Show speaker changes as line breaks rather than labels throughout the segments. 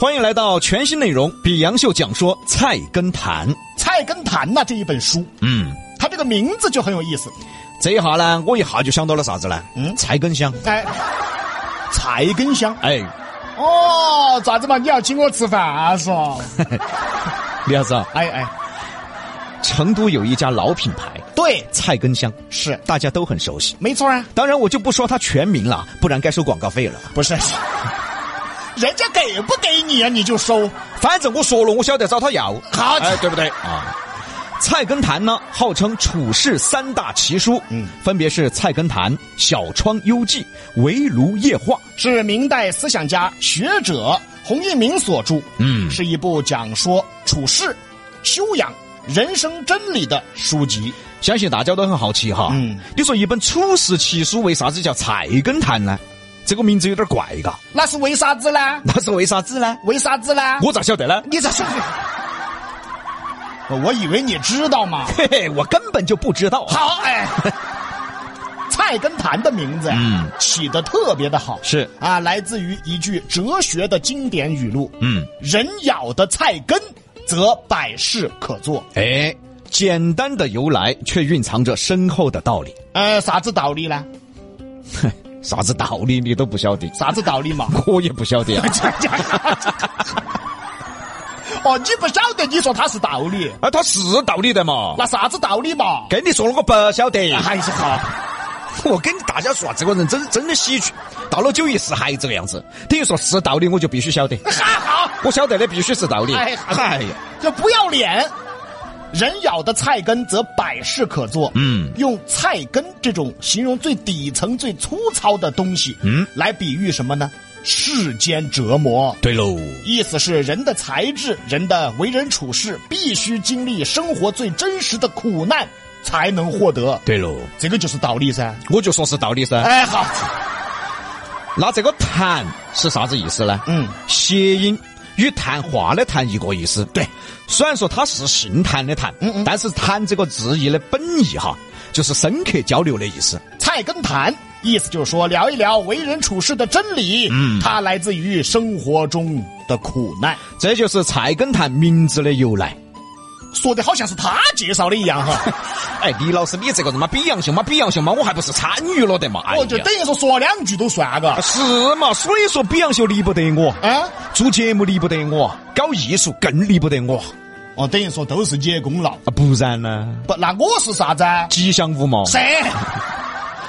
欢迎来到全新内容《比杨秀讲说菜根谭》。
菜根谭呐、这一本书，
嗯，
它这个名字就很有意思。
这一下呢，我一下就想到了啥子呢？
嗯
菜根香。
哎，菜根香
哎，
哦，咋子嘛？你要请我吃饭啊是吧？
李老师啊，
哎哎，
成都有一家老品牌
对，
菜根香，
是
大家都很熟悉。
没错啊，
当然，我就不说它全名了，不然该收广告费了。
不是，人家给不给你啊，你就收。
反正我说了，我晓得找他要。
好
哎，对不对啊？菜根谭呢，号称楚氏三大奇书，嗯
嗯，
分别是《菜根谭》《小窗幽记》《围炉夜话》。
是明代思想家、学者洪一鸣所著，
嗯
是一部讲说处世、修养、人生真理的书籍。
相信大家都很好奇哈。
嗯
你说一本楚氏奇书为啥子叫《菜根谭》呢？这个名字有点怪嘎，
那是为啥子呢？
那是为啥子呢？
为啥子呢？
我咋晓得呢？
你咋说的？我以为你知道嘛。
嘿嘿，我根本就不知道。
好，哎，菜根谭的名字呀、
嗯
起得特别的好，
是
啊，来自于一句哲学的经典语录：
嗯，
人咬的菜根，则百事可做。
哎，简单的由来却蕴藏着深厚的道理。
呃，啥子道理呢？
啥子道理你都不晓得，
啥子道理嘛？
我也不晓得啊。
哦，你不晓得，你说它是道理，
啊，他是道理的嘛。
那啥子道理嘛？
跟你说了，我不晓得。
还是好，
我跟大家说啊，这个人真真的稀缺。到了九一四还这个样子，等于说是道理我就必须晓得，
还好。
我晓得的必须是道理。
哎
嗨呀，
这不要脸。人咬的菜根，则百事可做。
嗯
用菜根这种形容最底层、最粗糙的东西，
嗯，
来比喻什么呢？世间折磨。
对喽，
意思是人的才智、人的为人处事，必须经历生活最真实的苦难，才能获得。
对喽，
这个就是道理噻。
我就说是道理噻。
哎，好，
那这个“谈”是啥子意思呢？
嗯，
谐音。与谈话的谈一个意思，对。虽然说它是姓谭的谭，
嗯嗯
但是谭这个字义的本意哈，就是深刻交流的意思。
菜根谭，意思就是说聊一聊为人处事的真理。
嗯
它来自于生活中的苦难。
这就是菜根谭名字的由来。
说的好像是他介绍的一样哈。
哎，李老师，你这个人嘛，比洋熊嘛，比洋熊嘛，我还不是参与了的嘛？哎呀
我哦就等于说说两句都算嘎。
是嘛，所以说比洋秀离不得我，
啊，
做节目离不得我，搞艺术更离不得我，啊，
哦，等于说都是你的功劳。
不然呢？
不，那我是啥子啊？
吉祥无毛。
谁？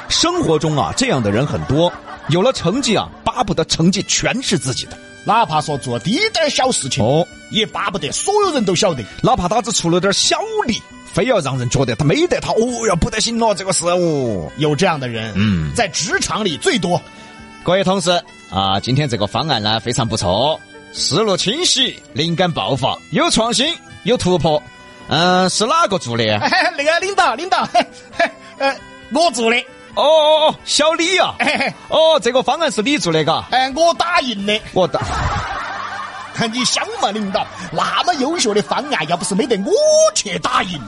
生活中啊，这样的人很多，有了成绩啊，巴不得成绩全是自己的
哪怕说做滴点儿小事情，
哦，
也巴不得所有人都晓得。
哪怕他只出了点小力，非要让人觉得他没得他，哦哟，不得行了，这个事哦。
有这样的人，
嗯
在职场里最多。
各位同事啊，今天这个方案呢非常不错，思路清晰，灵感爆发，有创新，有突破。嗯、是哪个做的？
哎，那个领导，领导，嘿嘿呃，我做的，
哦哦哦，小李呀、
嘿嘿
哦，这个方案是你做的嘎？
哎，我打印的。
我的，
你想嘛，领导，那么优秀的方案，要不是没得我去打 印，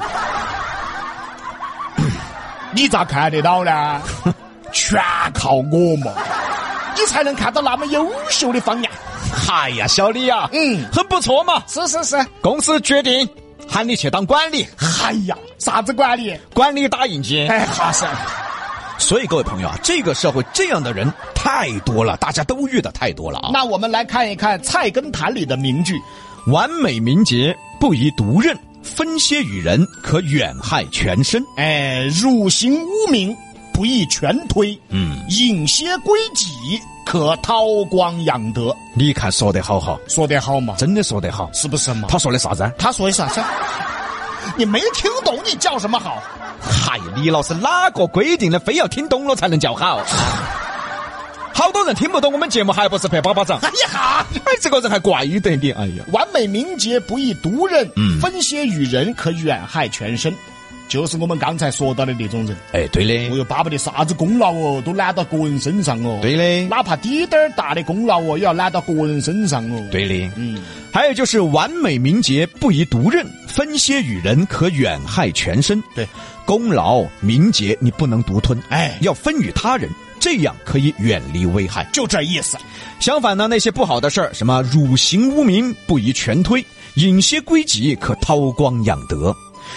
你咋看得到 呢？全靠我嘛，你才能看到那么优秀的方案。
哎呀，小李呀、
嗯
很不错嘛。
是是是，
公司决定喊你去当管理，
哎呀，啥子管理？
管理打印机。
哎，哈是，
所以各位朋友啊，这个社会这样的人太多了，大家都遇的太多了啊。
那我们来看一看《菜根谭》里的名句。
完美名节不宜独任，分些与人可远害全身。
哎，辱行污名，不宜全推。
嗯，
隐些归己，可韬光养德。
你看说得好好，
说得好嘛，
真的说得好。
是不是嘛？
他说的啥子？啊
他说的啥子？你没听懂，你叫什么好？
嗨，李老师哪个规定的非要听懂了才能叫好？ 好多人听不懂我们节目，还不是拍巴巴掌？
哎呀，
哎，这个人还怪得你，哎呀！
完美名节不宜独任，
嗯
分些与人可远害全身。就是我们刚才说到的那种人，
哎，对
我
的，
又巴不得啥子功劳哦，都揽到个人身上哦。
对的，
哪怕滴点儿大的功劳哦，也要揽到个人身上哦。，
对的。
嗯，
还有就是完美名节不宜独任，分些与人可远害全身。
对，
功劳名节你不能独吞，
哎
要分与他人，这样可以远离危害。
就这意思。
相反呢，那些不好的事儿，什么辱行污名，不宜全推；引些归己，可韬光养德。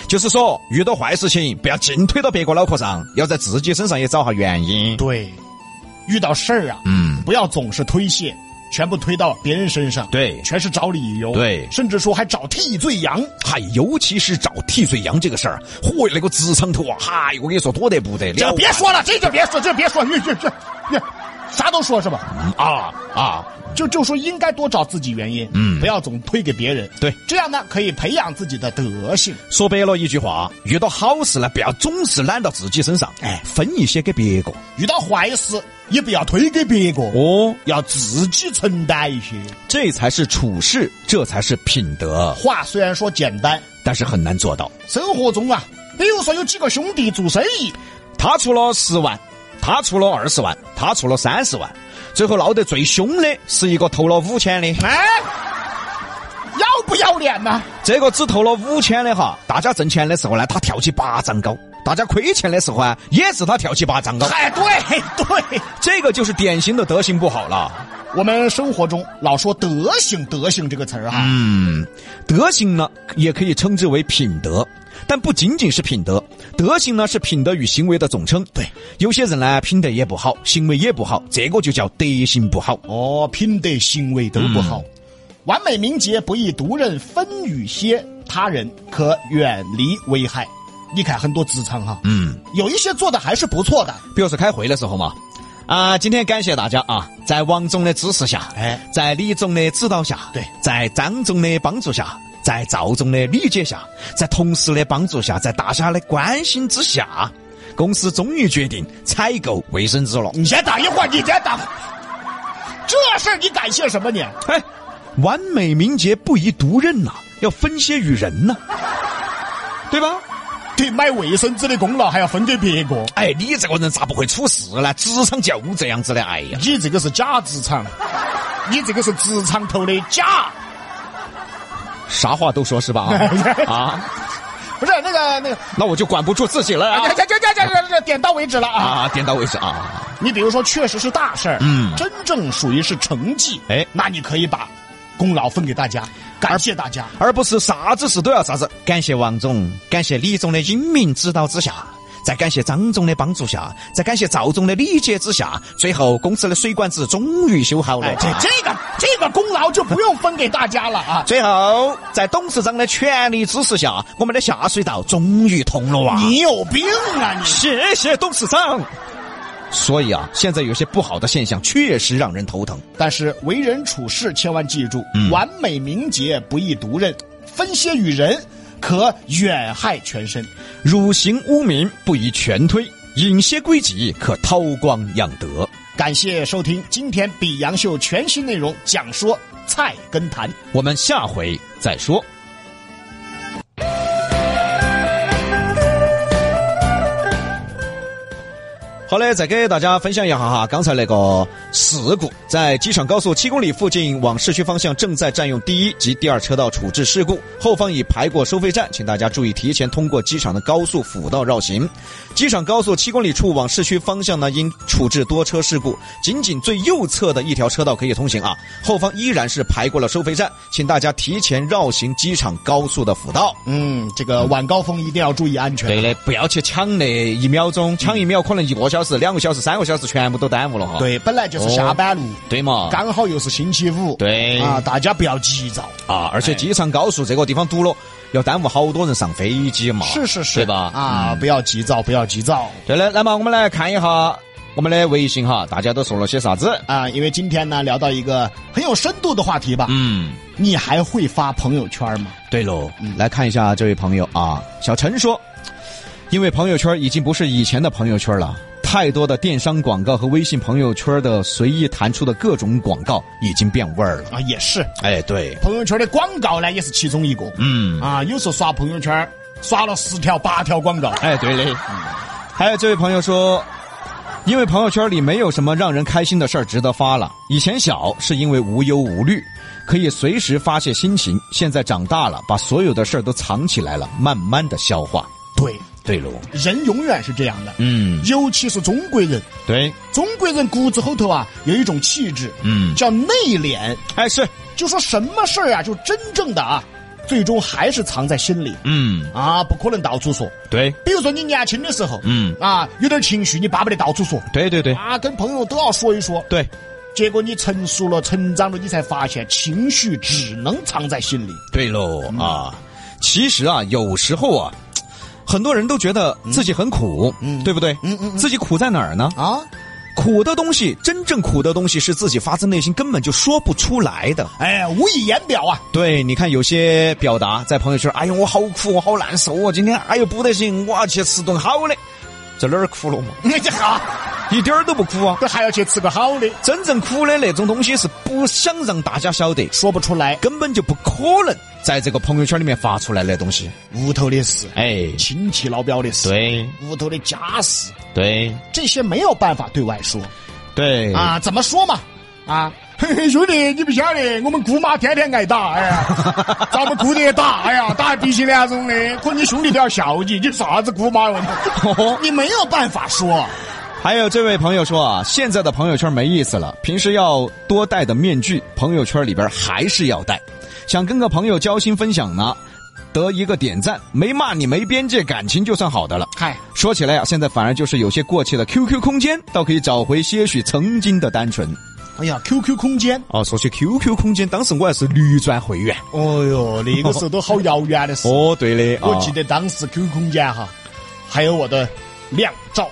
就是说，遇到坏事情，不要尽推到别个脑壳上，要在自己身上也找下原因。
对，遇到事儿啊，
嗯，
不要总是推卸，全部推到别人身上，
对
全是找理由，
对
甚至说还找替罪羊。
嗨，尤其是找替罪羊这个事儿，嚯，那个职场头啊，嗨，我跟你说多得不得了。
这别说了，这就别说，这别说，这这这这，啥都说是吧？
啊啊！
就就说应该多找自己原因，嗯，不要总推给别人，
对，
这样呢可以培养自己的德性。
说白了一句话，遇到好事呢，不要总是揽到自己身上，
哎
分一些给别个。
遇到坏事也不要推给别个，
哦，
要自己承担一些。
这才是处事，这才是品德，
话虽然说简单，
但是很难做到。
生活中啊，比如说有几个兄弟做生意，
他出了十万，他出了二十万，他出了三十万，最后闹得最凶的是一个投了五千的，
哎，要不要脸呐、
这个只投了五千的哈，大家挣钱的时候呢，他跳起八丈高；大家亏钱的时候啊，也是他跳起八丈高。
哎，对对，
这个就是典型的德行不好了。
我们生活中老说德行，德行这个词儿哈，
嗯，德行呢也可以称之为品德，但不仅仅是品德，德行呢是品德与行为的总称。
对，
有些人呢品德也不好，行为也不好，这个就叫德行不好。
哦，品德行为都不
嗯
好，完美名节不宜独任，分与些他人，可远离危害。你看很多职场哈，
嗯，
有一些做的还是不错的，
比如说开会的时候嘛，啊、今天感谢大家啊，在王总的支持下，
哎
在李总的指导下，
对
在张总的帮助下，在赵总的理解下，在同事的帮助下，在大家的关心之下，公司终于决定采购卫生纸了。
你先等一会儿，你先等。这事儿你感谢什么你？
哎，完美名节不宜独任呐、要分些与人呐、对吧？
对买卫生纸的功劳还要分给别个，
哎，你这个人咋不会出事呢？职场就这样子的，哎呀，
你这个是假职场，你这个是职场头的假。
啥话都说是 吧？啊，
不是那个那个，
那我就管不住自己了啊
哎这这这这这这点到为止了啊！
啊！点到为止啊！
你比如说，确实是大事儿，
嗯
真正属于是成绩，
哎
那你可以把功劳分给大家，感谢大家。
而不是啥子事都要啥子。感谢王总，感谢李总的英明指导之下，在感谢张总的帮助下，在感谢赵总的理解之下，最后公司的水管子终于修好了。
哎，这这个这个功劳就不用分给大家了啊！
最后，在董事长的全力支持下，我们的下水道终于通了啊！
你有病啊你！
谢谢董事长。所以啊，现在有些不好的现象确实让人头疼。
但是为人处事，千万记住，完美名节不易独任，分些与人，可远害全身。
辱行污名不宜全推，引些归己可韬光养德。
感谢收听今天《比洋秀》全新内容，讲说菜根谭。
我们下回再说。好嘞，再给大家分享一下哈，刚才那个事故，在机场高速七公里附近往市区方向正在占用第一及第二车道处置事故，后方已排过收费站，请大家注意提前通过机场的高速辅道绕行。机场高速七公里处往市区方向呢，因处置多车事故，仅仅最右侧的一条车道可以通行啊，后方依然是排过了收费站，请大家提前绕行机场高速的辅道。
嗯，这个晚高峰一定要注意安全。啊
对的，不要去抢那一秒钟，抢一秒可能一个小时、两个小时、三个小时全部都耽误了哈。
对，本来就是下班路，
对嘛，
刚好又是星期五，
对
啊，大家不要急躁。
啊，而且机场高速这个地方堵了，要耽误好多人上飞机嘛。
是是是，
对吧？嗯
啊，不要急躁，不要急躁
对的，那么我们来看一下我们的微信哈，大家都说了些啥子？
啊，因为今天呢聊到一个很有深度的话题吧。
嗯，
你还会发朋友圈吗？
对喽，来看一下这位朋友啊，小陈说，因为朋友圈已经不是以前的朋友圈了。太多的电商广告和微信朋友圈的随意弹出的各种广告已经变味儿了。
啊，也是，
哎，对，
朋友圈的广告呢也是其中一个。
嗯，
啊，有时候刷朋友圈刷了十条八条广告，
哎，对嘞。还有这位朋友说，因为朋友圈里没有什么让人开心的事儿值得发了。以前小是因为无忧无虑，可以随时发泄心情；现在长大了，把所有的事儿都藏起来了，慢慢的消化。
对，
对喽，
人永远是这样的，
嗯，
尤其是中国人，
对，
中国人骨子后头啊有一种气质，
嗯，
叫内敛，
哎是，
就说什么事儿啊，就真正的啊，最终还是藏在心里
嗯，
啊，不可能到处说。
对，
比如说你年轻的时候，
嗯
啊，有点情绪，你巴不得到处说，
对对对
啊，跟朋友都要说一说。
对，
结果你成熟了、成长了，你才发现情绪只能藏在心里。
对喽啊！其实啊，有时候啊，很多人都觉得自己很苦，对不对？
嗯嗯
自己苦在哪儿呢？
啊，
苦的东西，真正苦的东西是自己发自内心根本就说不出来的。
哎，无以言表啊。
对，你看有些表达在朋友圈，哎呦，我好苦，我好难受哦，今天哎呦不得行，我要去吃顿好的。这哪儿苦了嘛？
你这哈，
一点儿都不苦啊！
这还要去吃个好的，
真正苦的那种东西是不想让大家晓得，
说不出来，
根本就不可能在这个朋友圈里面发出来的东西。
屋头的事，
哎，
亲戚老表的事，，
对
屋头的家事，
对
这些没有办法对外说
对
啊。怎么说嘛？啊，嘿嘿，兄弟，你不晓得，我们姑妈天天挨打，哎呀，找我们姑爹打，哎呀，打得鼻青脸肿的。可你兄弟都要孝你，你啥子姑妈
哦
哟？你没有办法说。
还有这位朋友说啊，现在的朋友圈没意思了，平时要多戴的面具，朋友圈里边还是要戴。想跟个朋友交心分享呢，得一个点赞，没骂你没边界，感情就算好的了。
嗨，
说起来啊，现在反而就是有些过气的 QQ 空间，倒可以找回些许曾经的单纯。
哎呀，QQ 空间，
哦，说起 QQ 空间，当时我还是绿钻会员。
哦哟，那个时候都好遥远的事。
哦，对的，
我记得当时 QQ 空间哈，还有我的靓照，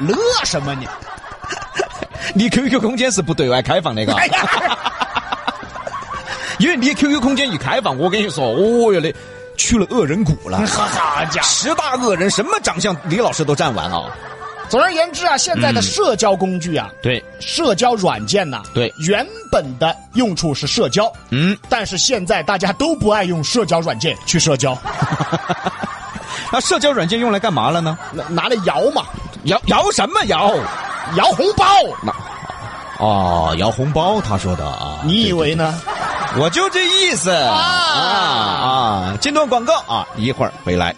乐什么你？
你 QQ 空间是不对外开放那个。 因为你 QQ 空间一开放，我跟你说，哦哟嘞，去了恶人谷了。
哈哈家伙！
十大恶人，什么长相李老师都占完啊！
总而言之啊，现在的社交工具啊，
对，
社交软件呐、
对
原本的用处是社交，
嗯，
但是现在大家都不爱用社交软件去社交，
那社交软件用来干嘛了呢？
拿拿来摇嘛，
摇摇什么摇？
摇红包，
哦，摇红包，他说的啊。
你以为呢？
我就这意思啊啊！进段广告啊，一会儿回来。